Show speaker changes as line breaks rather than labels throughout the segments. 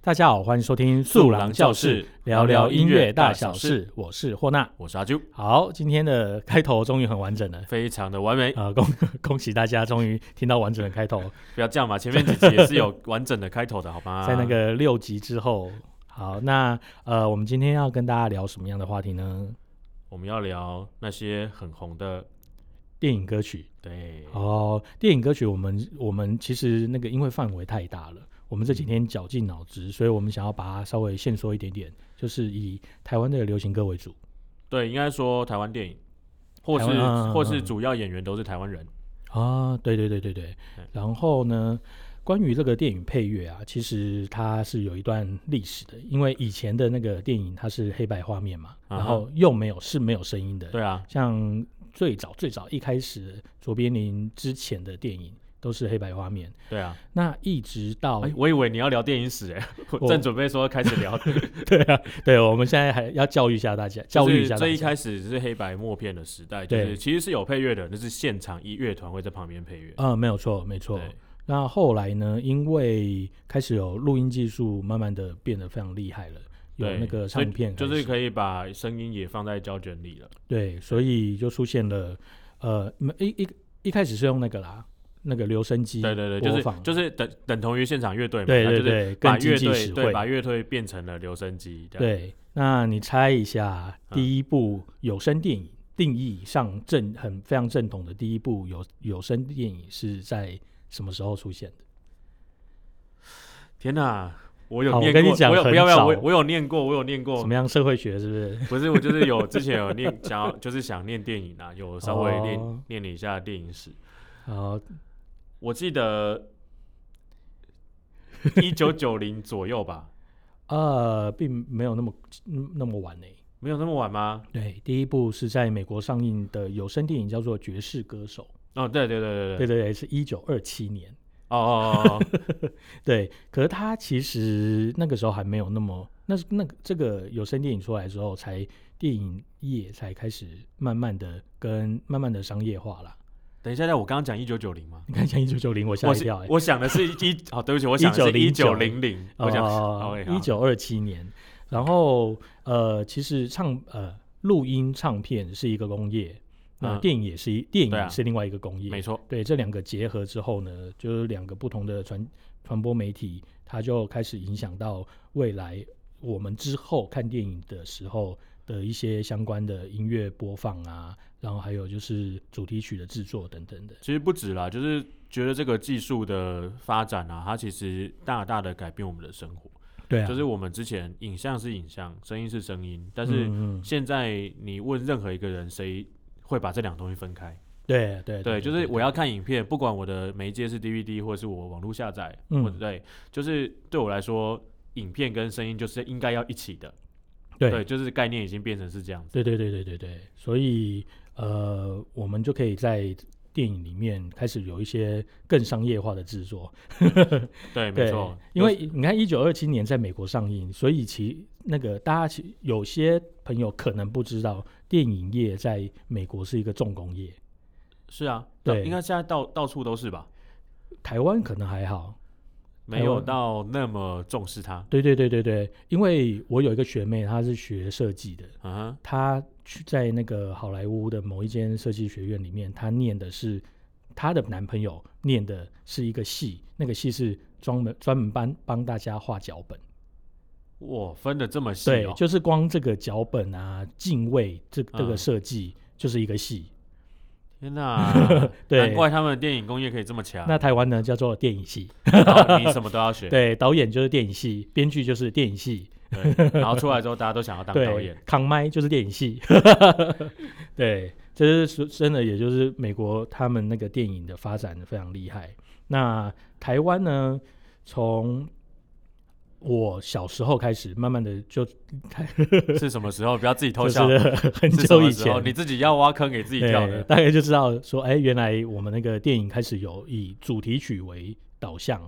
大家好，欢迎收听
素郎教室
聊聊音乐大小事。我是霍纳。
我是阿啾，
好，今天的开头终于很完整了。
非常的完美。
呃，恭恭喜大家终于听到完整的开头，
不要这样嘛，前面几集也是有完整的开头的，好吗？
在那个六集之后。好，那呃，我们今天要跟大家聊什么样的话题呢？
我们要聊那些很红的，
电影歌曲
对，
哦，电影歌曲，我们我们其实那个因为范围太大了，我们这几天绞尽脑汁，所以我们想要把它稍微限缩一点点，就是以台湾的流行歌为主。
对，应该说台湾电影，或
台
是、
湾嗯嗯嗯
或是主要演员都是台湾人，
啊，对对对对对
对。
然后呢，关于这个电影配乐啊，其实它是有一段历史的，因为以前的那个电影它是黑白画面嘛，
啊哈
然后又没有是没有声音的。
对啊，
像最早最早一开始卓别林之前的电影都是黑白画面，
对啊。
那一直到、
哎，我以为你要聊电影史、哎， 我
哦我
正准备说开始聊，
对啊，对，我们现在还要教育一下大家， 教育一下
就是
大
最一
家。
开始是黑白默片的时代，就是
对
其实是有配乐的，那是现场一乐团会在旁边配乐，
嗯，没有错，没错。
对，
那后来呢？因为开始有录音技术，慢慢的变得非常厉害了，有
对
那个
所以
唱片开
就
始，
是可以把声音也放在胶卷里了，
对，所以就出现了，呃，没一一一开始是用那个啦，那个留声机，
对对对，就
播
是
放
就是等等同于现场乐队嘛，
对
那
对
就是
对，
把
更经
乐
济
队
实
对
惠。
把乐队变成了留声机，这样
对，那你猜一下，
嗯
第一部有声电影定义上正很非常正统的第一部有有声电影是在什么时候出现的？
天哪，我有
好我
念
跟你
过，
讲
有
很
不要不要，我
早
我有念过，我有念过
怎，么样？社会学是不是？
不是我就是有之前有念想要就是想念电影啊，有稍微念、
哦
念了一下电影史，
好，
我记得一九九零左右吧，
呃，并没有那么嗯那么晚呢、
没有那么晚吗？
对，第一部是在美国上映的有声电影叫做《爵士歌手》，
哦，对对对对
对
对，
对对，是一九二七年。
哦哦哦哦，
对，可是它其实那个时候还没有那么，那是那个这个有声电影出来之后，才电影业才开始慢慢的跟慢慢的商业化啦。
等一下，我刚刚讲一九九零吗？
你看，像一九九零，我吓
我
一
是
跳、欸，
我想的是一，好、对不起，我想的是一九
1909
零零，我想
哦
，OK，，好
一九二七年，然后呃，其实唱呃录音唱片是一个工业，那、
嗯
电影也是一电
对啊
影是另外一个工业，
没错，
对，这两个结合之后呢，就是两个不同的传传播媒体，它就开始影响到未来我们之后看电影的时候的一些相关的音乐播放啊，然后还有就是主题曲的制作等等的。
其实不止啦，就是觉得这个技术的发展啊，它其实大大的改变我们的生活。
对啊，
就是我们之前影像是影像，声音是声音，但是
嗯嗯
现在你问任何一个人，谁会把这两东西分开？
对对
对，就是我要看影片，不管我的媒介是 DVD 或者是我网络下载，
嗯
或者对，就是对我来说，影片跟声音就是应该要一起的。
对
对，就是概念已经变成是这样子。
对对对对对对，所以呃，我们就可以在电影里面开始有一些更商业化的制作。
对，
对
没错，
因为你看一九二七年在美国上映，所以其那个大家其有些朋友可能不知道，电影业在美国是一个重工业，
是啊，
对
应该现在到到处都是吧，
台湾可能还好。
没有
湾
到那么重视它。
对对对对对，因为我有一个学妹，她是学设计的，
嗯哼。
她去在那个好莱坞的某一间设计学院里面，她念的是她的男朋友念的是一个系，那个系是专门专门帮帮大家画脚本。
哇，分的这么细
对
哦，，
就是光这个脚本啊、敬畏这这个
嗯
设计、就是一个戏。，
天哪
对
难怪他们的电影工业可以这 么强。
那台湾呢叫做电影系，
那你什么都要学，
对，导演就是电影系，编剧就是电影系，
对然后出来之后大家都想要当导
对
演，，
扛麦就是电影系， 对，这是说真的，也就是美国他们那个电影的发展非常厉害。那台湾呢，从我小时候开始，慢慢的就是
什么时候？不要自己偷
就
笑。
是 很
是什
久
么
以
时候
前，
你自己要挖坑给自己
对，
跳的。
大概就知道说，哎、原来我们那个电影开始有以主题曲为导向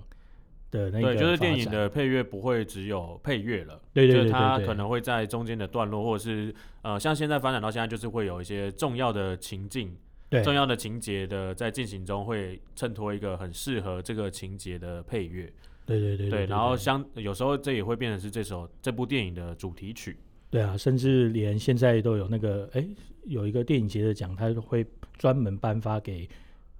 的那个，
对，就是电影，的配乐不会只有配乐了，
对对
就
对
是它
对对
可能会在中间的段落，或者是呃，像现在发展到现在，就是会有一些重要的情境、
对
重要的情节的在进行中，会衬托一个很适合这个情节的配乐。
对对对
对，然后相有时候这也会变成是这首这部电影的主题曲。
对啊，甚至连现在都有那个，哎，有一个电影节的奖，它会专门颁发给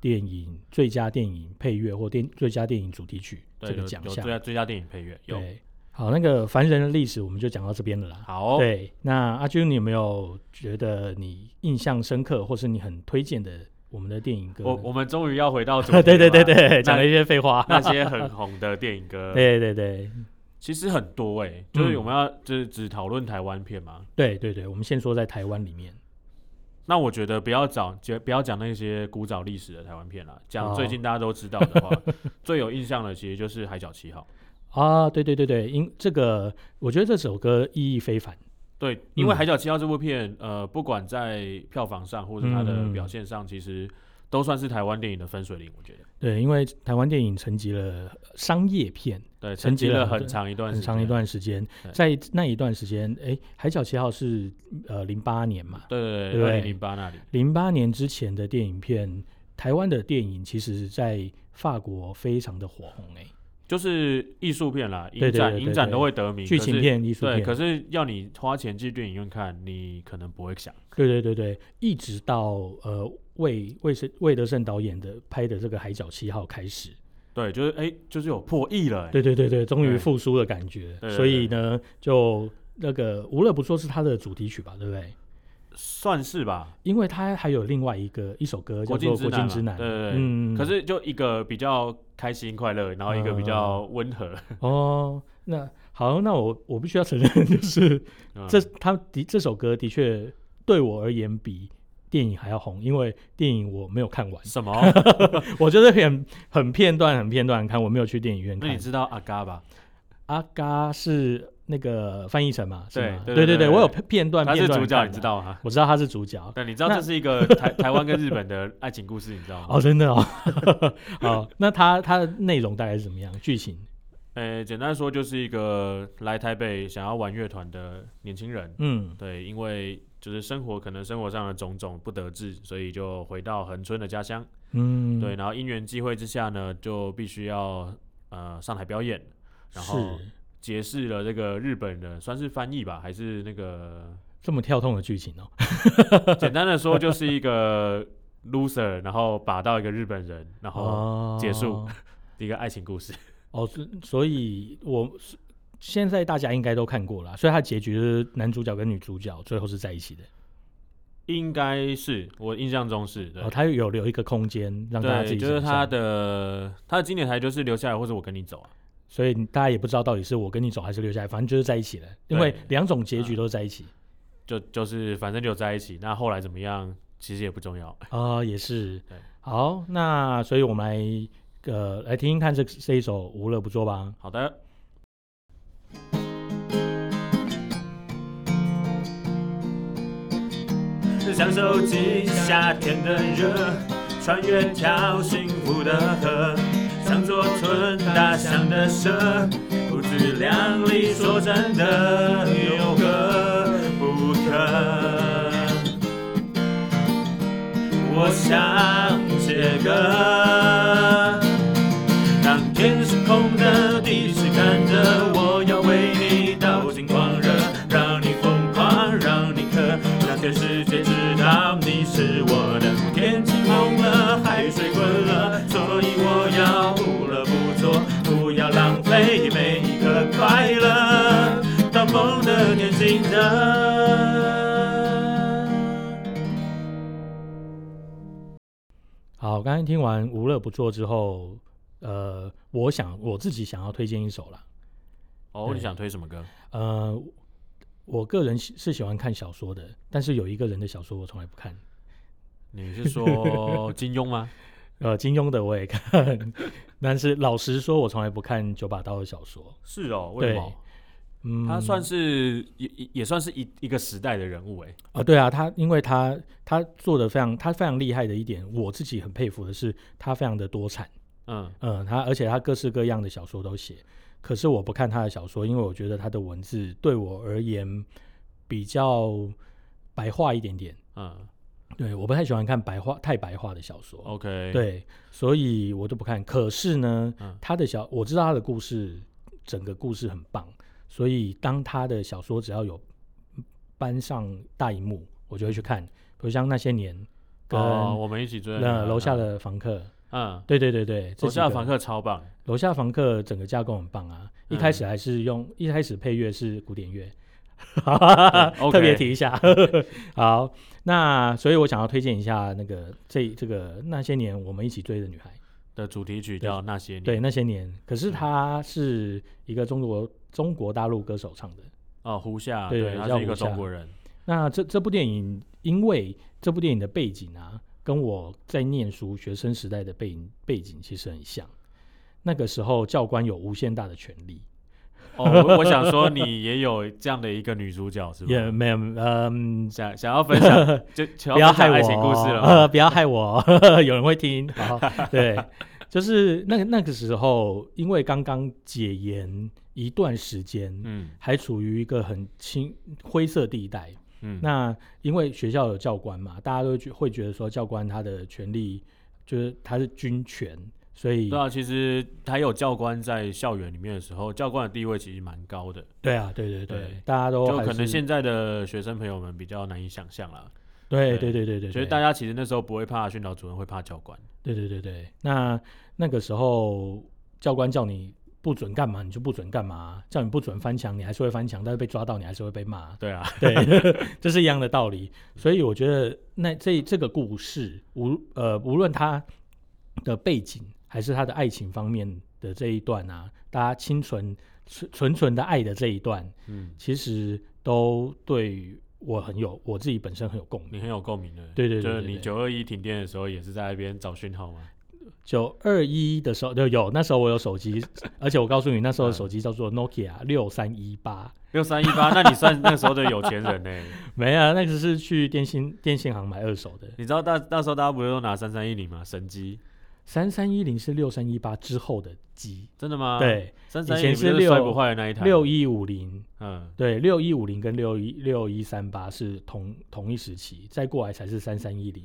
电影最佳电影配乐或电最佳电影主题曲
对，
这个
有
奖
有
项
最。佳最佳电影配乐有。
对，好，那个凡人的历史我们就讲到这边了啦。
好，哦
对，那阿军，你有没有觉得你印象深刻，或是你很推荐的我们的电影歌呢？
我 我们终于要回到主题了
对对对
吧，
对，讲了一些废话。
那些很红的电影歌，
对对对
其实很多哎、就是
嗯
我们要就是只讨论台湾片嘛。
对对对，我们先说在台湾里面，
那我觉得不要找，就不要讲那些古早历史的台湾片了，讲
哦
最近大家都知道 的话，最有印象的其实就是《海角七号》。
啊，对对对对，因这个我觉得这首歌意义非凡，
对，因为
嗯
《海角七号》这部片，呃，不管在票房上或者它的
嗯
表现上，其实都算是台湾电影的分水岭，我觉得。
对，因为台湾电影沉寂了商业片
对，沉
沉寂
寂了
了
很长一段
很
时间，
长一。段时间
对，
在那一段时间，哎，《海角七号是》呃零八年嘛，
对对
对
对，
不
二
对
零零八那里。
零八年之前的电影片，台湾的电影其实在法国非常的火红哎、
就是艺术片啦，影
对对
展
对对
影展
对
都会得名，
剧
可是
情片、艺术
对，
片，
可是要你花钱去电影院看，你可能不会想。
对对对对，一直到呃魏魏是魏德圣导演的拍的这个《海角七号》开始，
对，就是哎、就是有破亿了、哎
对对对对，终于
对
复苏的感觉
对对，对
所以呢，就那个无乐不说是它的主题曲吧，对不对？
算是吧。
因为它还有另外一个一首歌叫做
国境
《
之
国境
南嘛，
之南》，
对对对。
嗯，
可是就一个比较开心快乐，然后一个比
嗯
较温和。
哦，那好，那我我必须要承认，就是
嗯
这他的这首歌的确对我而言比电影还要红，因为电影我没有看完，
什么？
我觉得很很片段、很片段看，我没有去电影院
那你
看。
知道阿嘎吧？
阿嘎是那个翻译成嘛？是
对
吗
对
对
对对
我有
对
片段
他
片
是
段
主角，
看
你
的
知？道吗？
我知道他是主角。
对，你知道
那
这是一个台台湾跟日本的爱情故事，你知道吗？
哦，真的哦， 好，那它它的内容大概是怎么样？剧情？
呃，简单说就是一个来台北想要玩乐团的年轻人，
嗯，
对，因为就是生活可能生活上的种种不得志，所以就回到恒春的家乡。
嗯，
对，，然后因缘际会之下呢，就必须要呃上台表演，然后
是
结识了这个日本人，算是翻译吧，还是那个
这么跳痛的剧情哦。
简单的说就是一个 loser，然后把到一个日本人，然后
哦
结束一个爱情故事。
哦，所所以我是现在大家应该都看过了，所以它结局就是男主角跟女主角最后是在一起的。
应该是我印象中是对
哦，，他有留一个空间让大家自
对，
己
就是
想
他
象，
的他的经典台就是留下来或者我跟你走啊。
所以大家也不知道到底是我跟你走还是留下来，反正就是在一起了，因为
对
两种结局都是在一起
就就是反正就在一起，那后来怎么样其实也不重要。
啊、也是
对。
好，那所以我们来呃来听听看这这一首《无乐不作》吧。
好的，享受极夏天的热，穿越条幸福的河，想做纯大象的蛇，不自量力。说真的，有何不可？我想切割。当天是空的，地是干的，我要为你倒尽狂热，让你疯狂，让你渴，让全世界知道你是我的。天气红了，海水滚了，所以我要不了不做，不要浪费每一个快乐，当梦的点醒着。
好，刚才听完《无乐不作》之后，呃，我想我自己想要推荐一首啦。
哦
你想
推什么歌？
呃，我个人喜是喜欢看小说的，但是有一个人的小说我从来不看。
你是说金庸 吗？
呃，金庸的我也看， 但是老实说，我从来不看九把刀的小说。
是哦，
为什么？嗯，
他算是也也也算是一一个时代的人物哎，
啊、对啊，他因为他他做的非常他非常厉害的一点，我自己很佩服的是他非常的多产，
嗯，
嗯，他而且他各式各样的小说都写，可是我不看他的小说，因为我觉得他的文字对我而言比较白话一点点，
嗯，
对，我不太喜欢看白话太白话的小说。
OK，，哦
对，所以我都不看。可是呢，
嗯
他的小我知道他的故事，整个故事很棒，所以当他的小说只要有搬上大荧幕，我就会去看。比如像那些年跟
哦，我们一起追的
那
个
楼下，的房客，
嗯，
对对对对，这几
楼下的
个
房客超棒，
楼下房客整个架构很棒啊。一开
嗯
始还是用、一开始配乐是古典乐，
OK
特别提一下。 好，那所以我想要推荐一下那个这这个那些年我们一起追的女孩。
的主题曲叫《那些年》。嗯
对，那些年，可是他是一个中国中国大陆歌手唱的。
哦，胡夏，
对
对，他
叫
是一个
胡夏
中国人。
那这这部电影，因为这部电影的背景啊，跟我在念书学生时代的背景背景其实很像。那个时候，教官有无限大的权利，
哦，我我想说，你也有这样的一个女主角是
也
吧？
没有，嗯，
想想要分 享，就想
不要
要分
害
享
我
爱情故事了 吗。
呃，不要害我，有人会听。好，对，就是 那个那个时候，因为刚刚解严一段时间，
嗯
还处于一个很青灰色地带。
嗯，
那因为学校有教官嘛，大家都会觉会觉得说教官他的权利就是他是军权，所以
对啊，其实还有教官在校园里面的时候，教官的地位其实蛮高的，
对啊，对对对，
对
大家都
就
哦还
可能
是
现在的学生朋友们比较难以想象啦。
对
对
对对对对，
所以
对
大家其实那时候不会怕训导主任，会怕教官。
对对对对，那那个时候教官叫你不准干嘛，你就不准干嘛；叫你不准翻墙，你还是会翻墙，但是被抓到你还是会被骂。
对啊，
对，这是一样的道理。所以我觉得那这这个故事，无呃无论他的背景还是他的爱情方面的这一段啊，大家清纯纯纯纯的爱的这一段，
嗯，
其实都对我很有我自己本身很有共鸣。
你很有共鸣的。
对对对
就是
对
你
对
九二一停电的时候，也是在那边找讯号吗？
九二一的时候就有，那时候我有手机， 而且我告诉你，那时候的
嗯
手机叫做 Nokia 六三一八，
六三一八， 那你算那时候的有 钱人呢、
没啊，那个是去电信电信行买二手的。
你知道大那时候大家不是都拿三三一零吗？神机，
三三一零是六三一八之后的机，
真的吗？，
对，
三三一
以
零
前
不就是
六
摔不坏的那一台吗。
六一五零，
嗯，
对，六一五零跟六一六一三八是同同一时期，再过来才是三三一零，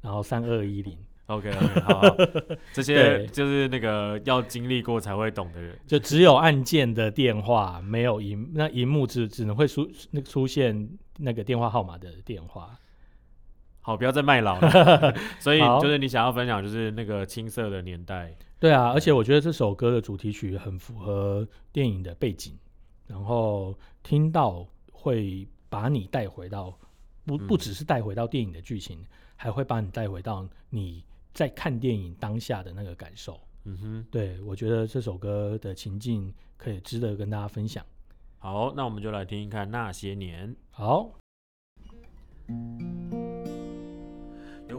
然后三二一零，
OK OK，好好，这些
对
就是那个要经历过才会懂的人。
就只有按键的电话，没有荧那荧幕只只能会出那出现那个电话号码的电话。
好，不要再卖老 了。所以
好
就是你想要分享，就是那个青涩的年代。
对啊，而且我觉得这首歌的主题曲很符合电影的背景，然后听到会把你带回到不
嗯
不只是带回到电影的剧情，还会把你带回到你在看电影当下的那个感受。
嗯哼，
对我觉得这首歌的情境可以值得跟大家分享。
好，那我们就来听一看那些年。
好，
又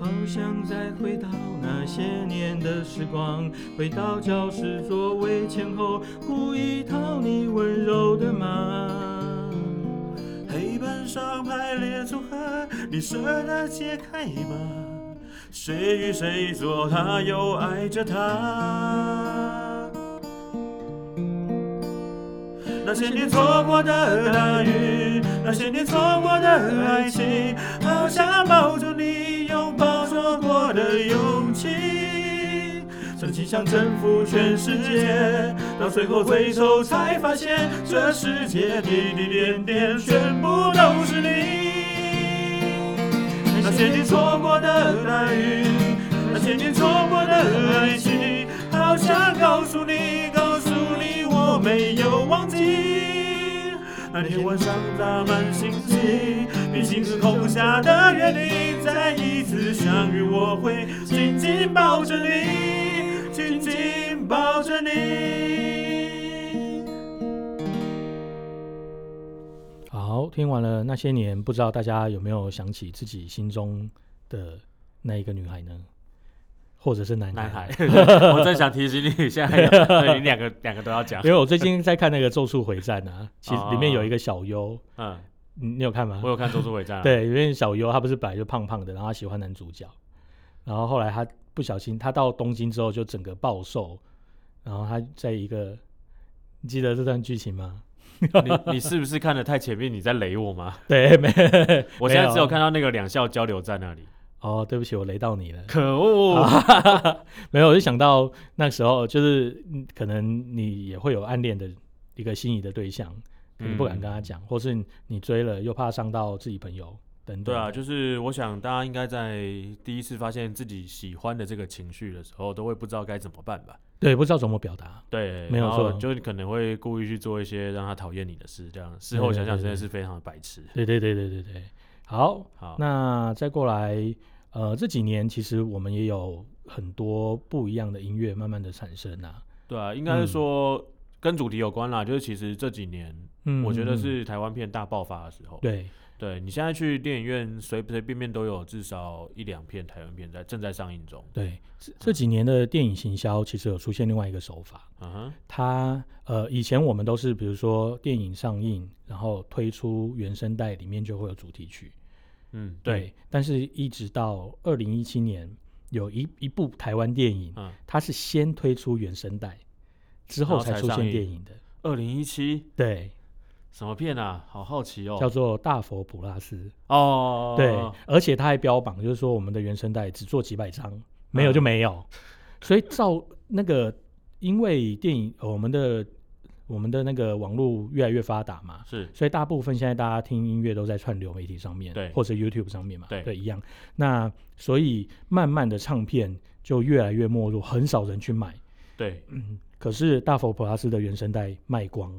好想再回到那些年的时光，回到教室座位前后，故意讨你温柔的骂。
黑板上排列组合，你舍得解开吗？谁与谁做他，又爱着他？那些年错过的大雨，那些年错过的爱情，好想抱住你，拥抱错过的勇气。曾经想征服全世界，到最后回首才发现，这世界滴滴点点全部都是你。那些年错过的大雨，那些年错过的爱情，好想告诉你，告诉你我没有忘记。那天晚上洒满星星，比星星空下的约定，再一次相遇，我会紧紧抱着你，紧紧抱着你。
好，听完了那些年，不知道大家有没有想起自己心中的那一个女孩呢？或者是男
男
孩
孩，我正想提醒你，现在有对你两个 两个都要讲
因。为我最近在看那个《咒术回战》啊，其实
啊哦
里面有一个小优，
嗯，
你你有看吗
我？有看《啊咒术回战》。，
对，因为小优他不是本来就胖胖的，然后他喜欢男主角，然后后来他不小心，他到东京之后就整个暴瘦，然后他在一个，你记得这段剧情吗？
你你是不是看的太前面？你在雷我 吗？
对，没，
我现在
没
只有看到那个两校交流站那里。
哦，对不起，我雷到你了。
可恶！
没有，我就想到那时候，就是嗯可能你也会有暗恋的一个心仪的对象，可你不敢
嗯
跟他讲，或是你追了又怕伤到自己朋友等等。
对啊，就是我想大家应该在第一次发现自己喜欢的这个情绪的时候，都会不知道该怎么办吧？
对，不知道怎么表达。
对，
没有
然后
错
就你可能会故意去做一些让他讨厌你的事，这样事
对
后
对
想想
对
真的
对
是非常的白痴。
对对对对对对。好，
好，
那再过来，呃，这几年其实我们也有很多不一样的音乐慢慢的产生啊。
对啊，应该是
嗯
说跟主题有关啦，就是其实这几年
嗯
我觉
嗯
得
嗯
是台湾片大爆发的时候。
对
对你现在去电影院随随便便都有至少一两片台湾片在正在上映中。
对，这这几年的电影行销其实有出现另外一个手法，
嗯哼，
它呃，以前我们都是比如说电影上映，然后推出原声带，里面就会有主题曲。
嗯，
对，但是一直到二零一七年，有一一部台湾电影，
嗯
它是先推出原声带，之
然
后
后
才
才
出
上
现
映
电影的。
二零一七
对，
什么片啊？好好奇
叫
哦。
做《大佛普拉斯》。
哦，
对，而且它还标榜，就是说我们的原声带只做几百
嗯
张，没有就没有。所以照那个，因为电影、呃我们的我们的那个网络越来越发达嘛，
是，
所以大部分现在大家听音乐都在串流媒体上面，
对
或者 YouTube 上面嘛，
对
一样。那所以慢慢的唱片就越来越没落，很少人去买。
对，
可是大佛普拉斯的原声带卖光，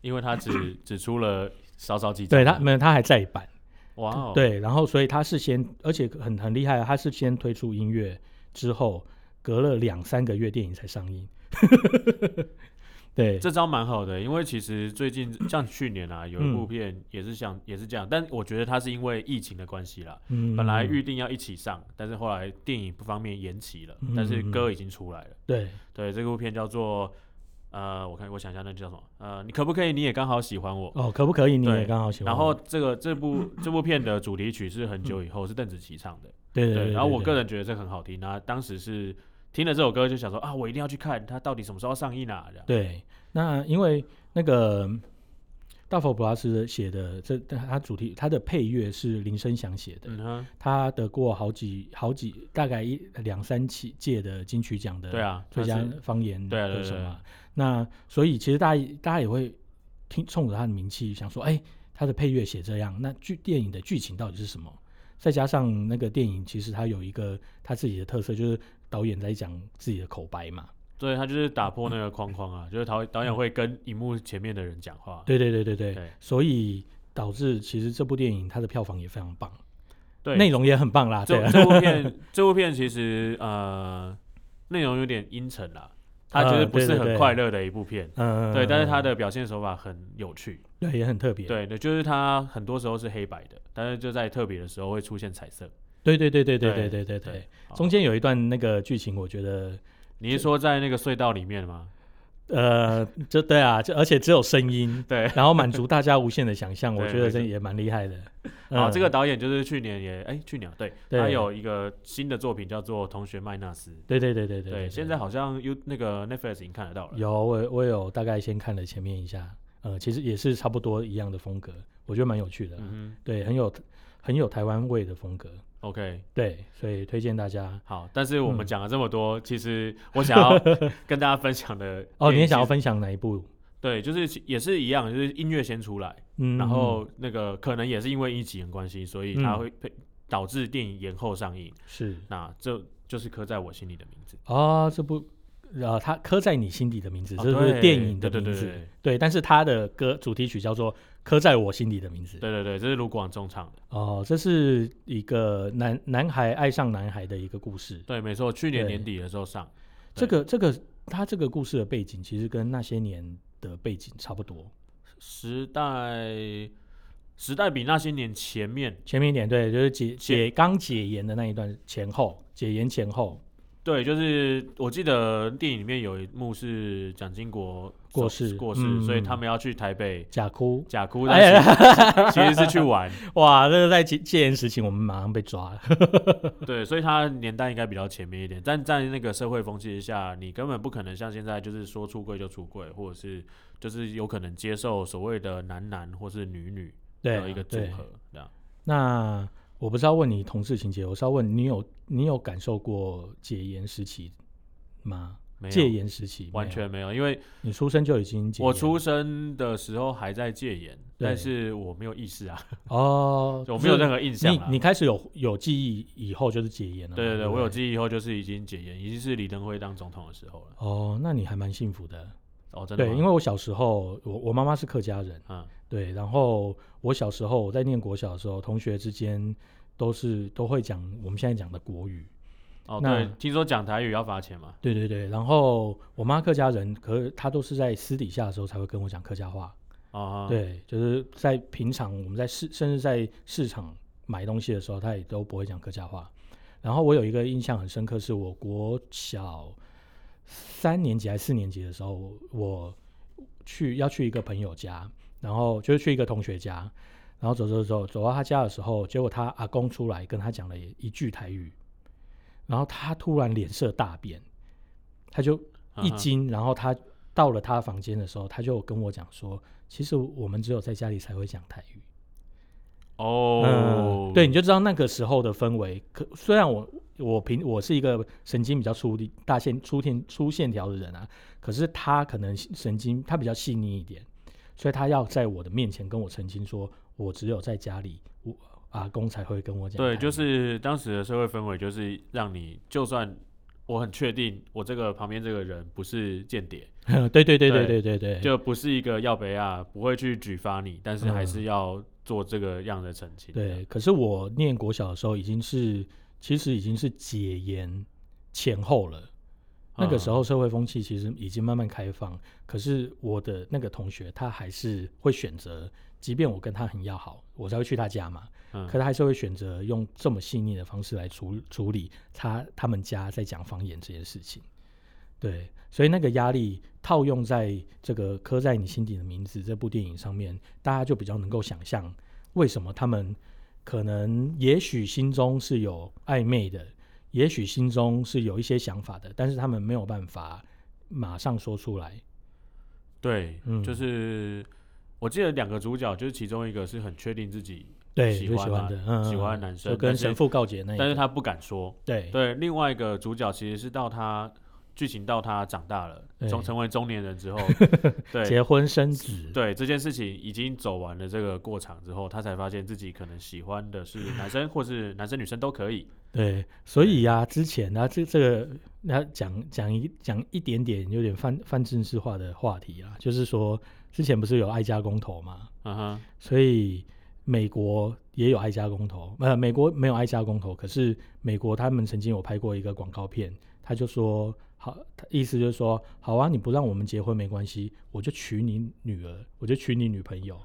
因为他只只出了少少几张
对
嘛，
他没有他还再版，
哇哦，，
对，然后所以他是先，而且很很厉害啊，他是先推出音乐之后，隔了两三个月电影才上映。 对，
这招蛮好的，因为其实最近像去年啊，有
嗯
一部片也是像、也是这样，但我觉得它是因为疫情的关系啦，
嗯
本来预定要一起上，但是后来电影不方面延期了，但是
嗯嗯嗯
歌已经出来了。
对
对，这部片叫做呃，我看我想一下，那叫什么？呃，你可不可以你也刚好喜欢我？
哦，可不可以？你
对
也刚好喜欢。
然后，这个这部这部片的主题曲是很久以后是邓紫棋唱的，
嗯对对对
然后我个
人
人觉得这很好听啊，当时是听了这首歌就想说啊，我一定要去看它到底什么时候要上映啊，这样。
对，那因为那个大佛普拉斯写的这，他主题他的配乐是林声祥写的，
嗯哼，
他得过好几好几大概一两三期届的金曲奖的
对啊，
最
它
佳
是
方言
对啊对
歌
对
手
对
嘛。那所以其实大家大家也会听冲着他的名气想说，哎、他的配乐写这样，那剧电影的剧情到底是什么？再加上那个电影，其实它有一个他自己的特色，就是导演在讲自己的口白嘛。
对他就是打破那个框框啊，就是导导演会跟荧幕前面的人讲话。
嗯对对对对对，
对
所以导致其实这部电影它的票房也非常棒，
对，
内容也很棒啦。对
这
啊，
这部片这部片其实呃内容有点阴沉啦，它就是
呃
不是
对对
很
对
快乐的一部片。
嗯，
对，但是它
他
的表现手法很有趣。
对也很特别。
对对，就是它很多时候是黑白的，但是就在特别的时候会出现彩色。
对对对对对
对
对对对对
对，，好
中间有一段那个剧情，我觉得
你是说在那个隧道里面吗？
呃，就对啊，就而且只有声音，
对，
然后满足大家无限的想象，
对
我觉得
没错
这也蛮厉害的。
啊，
嗯
这个导演就是去年也哎，去年啊对，
对
他有一个新的作品叫做《同学麦纳斯》。
对对对对对
对，现在好像 U 那个 Netflix 已经看得到了。
有我我有大概先看了前面一下，呃，其实也是差不多一样的风格，我觉得蛮有趣的，
嗯
对，很有很有台湾味的风格，
哼，OK，
对，所以推荐大家。
好，但是我们
嗯
讲了这么多，其实我 想要跟大家分享的
哦，
电
你
影
也想要
其实
分享哪一部？
对，就是其也是一样，就是音乐先出来，
嗯，
然后那个可能也是因为疫情的关系，所以它
嗯
会配导致电影延后上映。
是
那这就是刻在我心里的名字，
哦，这部呃，它刻在你心底的名字，
哦
这是
对
电影的
对
名
对
字
对，对
对，但是它的歌主题曲叫做《刻在我心底的名字》。
对对对，这是卢广仲唱的。
哦，这是一个男男孩爱上男孩的一个故事。
对，没错，去年
对
年底的时候上。对
这个这个他这个故事的背景其实跟那些年的背景差不多。
时代，时代比那些年前面，
前面一点对，就是解
解
解刚解严的那一段前后，解严前后。
对，就是我记得电影里面有一幕是蒋经国
过
走
世
过世，
嗯
所以他们要去台北
假 哭，
假哭，
哎
但是其 实是去玩。
哇，这个在戒戒严时期，我们马上被抓了。
对，所以他年代应该比较前面一点，但在那个社会风气下，你根本不可能像现在就是说出柜就出柜，或者是就是有可能接受所谓的男男或是女女
对
的
啊，
一个组
对
合这样。
那我不是要问你同事情节，我是要问你有你有感受过戒严时期吗？
没
戒
有，
严时期没有
完全没有，因为
你出生就已经戒
我
严
出生的时候还在戒严，
对
但是我没有意识啊，
哦，
我没
就
有
是
任何印象
你
啊。
你开始有有记忆以后就是戒严了嘛，
对对对，
对不对，
我有记忆以后就是已经解严，已经是李登辉当总统的时候了。
哦，那你还蛮幸福的，
哦，真的
对，
吗
因为我小时候我我妈妈是客家人，
嗯
对，然后我小时候我在念国小的时候，同学之间都是都会讲我们现在讲的国语，
哦
那
对，听说讲台语要罚钱嘛？
对对对，然后我妈客家人，可是她都是在私底下的时候才会跟我讲客家话。
哦，
对，就是在平常我们在市，甚至在市场买东西的时候，她也都不会讲客家话。然后我有一个印象很深刻，是我国小三年级还是四年级的时候，我去要去一个朋友家，然后就是去一个同学家，然后走走走走到他家的时候，结果他阿公出来跟他讲了一句台语，然后他突然脸色大变，他就
嗯
一
哼
惊，然后他到了他房间的时候，他就跟我讲说，其实我们只有在家里才会讲台语。
哦
嗯，对，你就知道那个时候的氛围。可虽然我我平我是一个神经比较粗的大线粗线粗线条的人啊，可是他可能神经他比较细腻一点，所以他要在我的面前跟我澄清说，我只有在家里，我阿公才会跟我讲台语。
对，就是当时的社会氛围，就是让你就算我很确定我这个旁边这个人不是间谍，
对对对对
对
对对对，
就不是一个耀北亚，不会去举发你，但是还
嗯
是要做这个样的澄清。
对，可是我念国小的时候已经是，其实已经是解严前后了。那个时
嗯
候社会风气其实已经慢慢开放，可是我的那个同学他还是会选择，即便我跟他很要好，我才会去他家嘛，
嗯，
可他还是会选择用这么细腻的方式来处处理他他们家在讲方言这件事情。对，所以那个压力套用在这个《刻在你心底的名字》这部电影上面，大家就比较能够想象为什么他们可能也许心中是有暧昧的，也许心中是有一些想法的，但是他们没有办法马上说出来。
对，
嗯
就是我记得两个主角，就是其中一个是很确定自己
对，
喜
就
欢
喜欢
嘛
的，嗯，
喜欢
嗯
的男
就
生，
跟
但是
神父告解那一个，
但是他不敢说。
对
对，另外一个主角其实是到他剧情到他长大了，
对
从成为中年人之 后，对
结婚生子，
对这件事情已经走完了这个过场之后，他才发现自己可能喜欢的是男生，或是男生女生都可以。
对，所以呀、之前啊，这这个那讲讲一讲一点点有点泛泛政治化的话题啦，就是说之前不是有爱家公投嘛，
嗯哼，
所以美国也有爱家公投，呃，美国没有爱家公投，可是美国他们曾经有拍过一个广告片，他就说好，他意思就是说好啊，你不让我们结婚没关系，我就娶你女儿，我就娶你女朋友，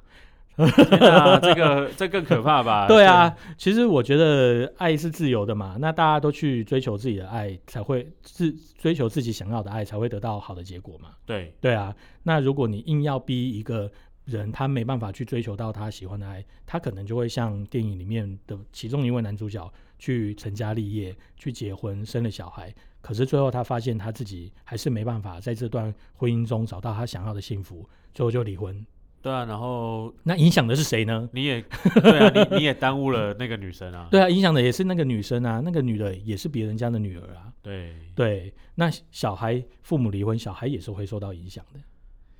天哪，这个这更可怕吧？
对啊，其实我觉得爱是自由的嘛，那大家都去追求自己的爱，才会自追求自己想要的爱，才会得到好的结果嘛。
对，
对啊，那如果你硬要逼一个人，他没办法去追求到他喜欢的爱，他可能就会像电影里面的其中一位男主角去成家立业，去结婚，生了小孩，可是最后他发现他自己还是没办法在这段婚姻中找到他想要的幸福，最后就离婚。
对啊，然后
那影响的是谁呢？
你也对啊，你你也耽误了那个女生啊。
对啊，影响的也是那个女生啊，那个女的也是别人家的女儿啊。
对
对，那小孩父母离婚，小孩也是会受到影响的。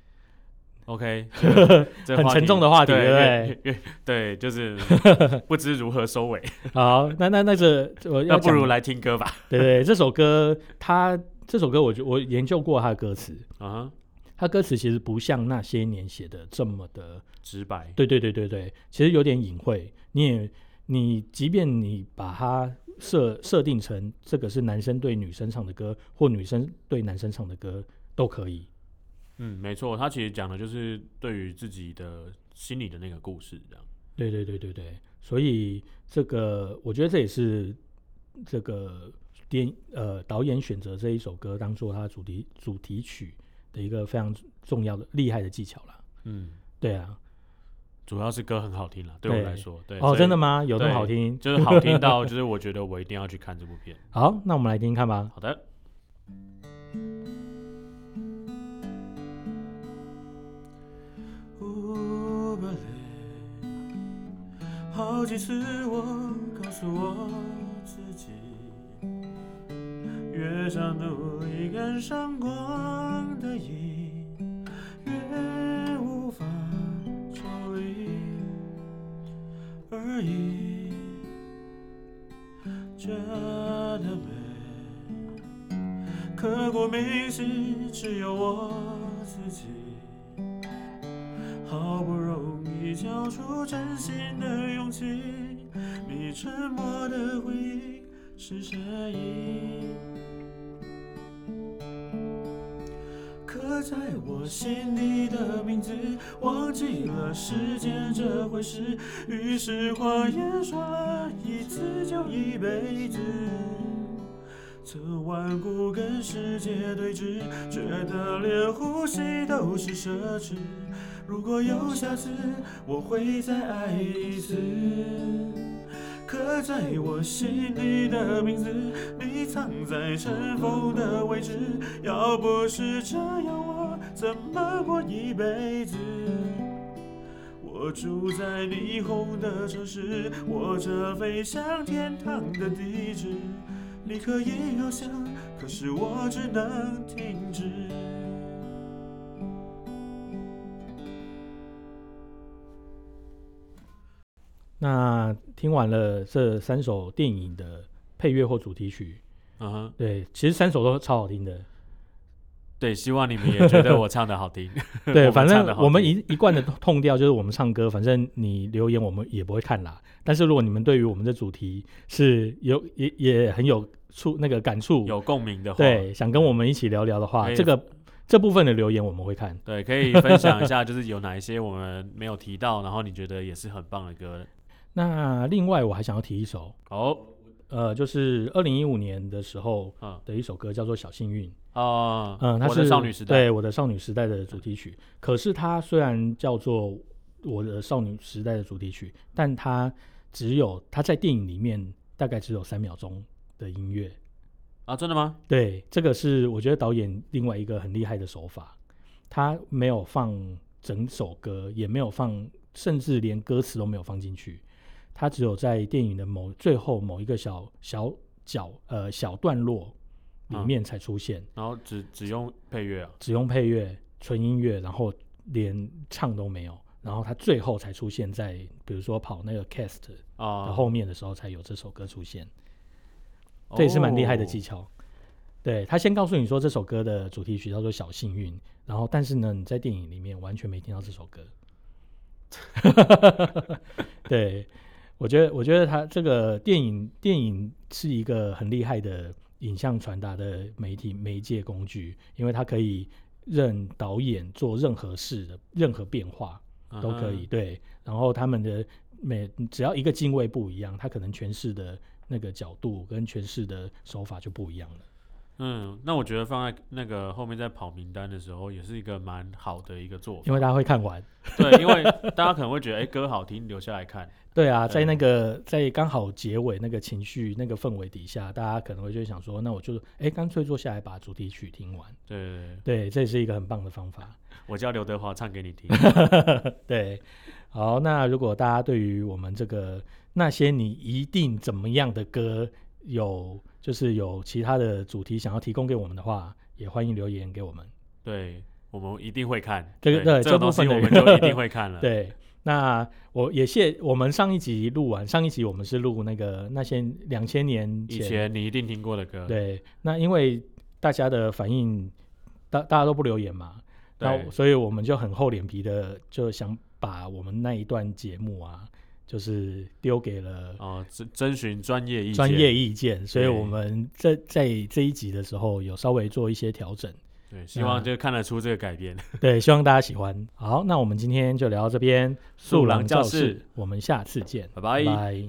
，OK，这个这
很
话
沉
题
重的话题
对
对
越越对，就是 不知如何收尾，
好，那那那这我
那
要
不
讲
如来听歌吧。
对对，这首歌它这首歌我觉我研究过它的歌词，
嗯哼，
它歌词其实不像那些年写的这么的，
直白。
对对对对对，其实有点隐晦。你也你即便你把它设设定成这个是男生对女生唱的歌，或女生对男生唱的歌都可以。
嗯，没错，他其实讲的就是对于自己的心里的那个故事，这样。
对对对对对，所以这个我觉得这也是这个电呃导演选择这一首歌当做他的主题主题曲的一个非常重要的厉害的技巧啦。
嗯，
对啊，
主要是歌很好听了，对我
对
来说，对
哦，真的
吗？
吗？有那么
对
好听？
就是好听到，就是我觉得我一定要去看这部片。
好，那我们来听听看吧。
好的，
无本好几次我告诉我自己，越想努力赶上光的影，越无法抽离而已。真的美，刻骨铭心只有我自己。好不容易交出真心的勇气，你沉默的回应是善意。刻在我心底的名字，忘记了时间这回事，于是谎言说了一次就一辈子。曾顽固跟世界对峙，觉得连呼吸都是奢侈。如果有下次，我会再爱一次。刻在我心底的名字，你藏在尘封的位置。要不是这样，我怎么过一辈子？我住在霓虹的城市，我这飞向天堂的地址。你可以翱翔，可是我只能停止。
那听完了这三首电影的配乐或主题曲，
嗯哼，
对，其实三首都超好听的。
对，希望你们也觉得我唱的好 听。我
对，
们
反
唱得
正
好
我们一
听
一贯的痛调就是我们唱歌，反正你留言我们也不会看啦。但是如果你们对于我们的主题是有也也很有触那个感触，
有共鸣的话，哎
对，想跟我们一起聊聊的话，
可以
这个这部分的留言我们会看。
对，可以分享一下，就是有哪一些我们没有提到，然后你觉得也是很棒的歌。
那另外我还想要提一首，
哦，
呃，就是二零一五年的时候
嗯，
的一首歌叫做《小幸运》。
哦，
嗯，它
我的
是
少女时代，嗯
对我的少女时代的主题曲。可是它虽然叫做我的少女时代的主题曲，但它只有它在电影里面大概只有三秒钟的音乐。
啊，真的吗？
对，这个是我觉得导演另外一个很厉害的手法，他没有放整首歌，也没有放，甚至连歌词都没有放进去，他只有在电影的某最后某一个小小角呃小段落里
嗯
面才出现。
然后只只用配乐啊，
只用配乐、纯音乐，然后连唱都没有，然后他最后才出现在，比如说跑那个 cast
啊，
的后面的时候才有这首歌出现，这也是蛮厉害的技
巧。
巧。对他先告诉你说这首歌的主题曲叫做《小幸运》，然后但是呢你在电影里面完全没听到这首歌。 对，我觉得我觉得他这个电影电影是一个很厉害的影像传达的媒体媒介工具，因为它可以任导演做任何事的任何变化
嗯啊
都可以。对，然后他们的每只要一个敬畏不一样，他可能诠释的那个角度跟诠释的手法就不一样了。
嗯，那我觉得放在那个后面在跑名单的时候，也是一个蛮好的一个做法
因。为大家会看完。
对，因为大家可能会觉得，哎、歌好听，留下来看。
对啊，在
对
那个在刚好结尾那个情绪那个氛围底下，大家可能会就想说，那我就哎干脆坐下来把主题曲听完。
对对对，
对，这是一个很棒的方法。
我叫刘德华唱给 你听。
对，好，那如果大家对于我们这个那些你一定怎么样的歌有就是有其他的主题想要提供给我们的话，也欢迎留言给我们。
对，我们一定会看。
这个对
这
这
个
部
东西
分的
我们
人
就一定会看了。
对，那我也谢我们上一集录完，上一集我们是录那个那些两千年
以前你一嗯定听过的歌。
对，那因为大家的反应，大大家都不留言嘛，
对
那所以我们就很厚脸皮的就想把我们那一段节目啊，就是丢给了
哦，征征询专业意见。
专业意见，所以
对
我们在在这一集的时候有稍微做一些调整，
对，希望
嗯
就看得出这个改变。
对，希望大家喜欢。好，那我们今天就聊到这边，
素郎教室，
我们下次见，
拜拜
拜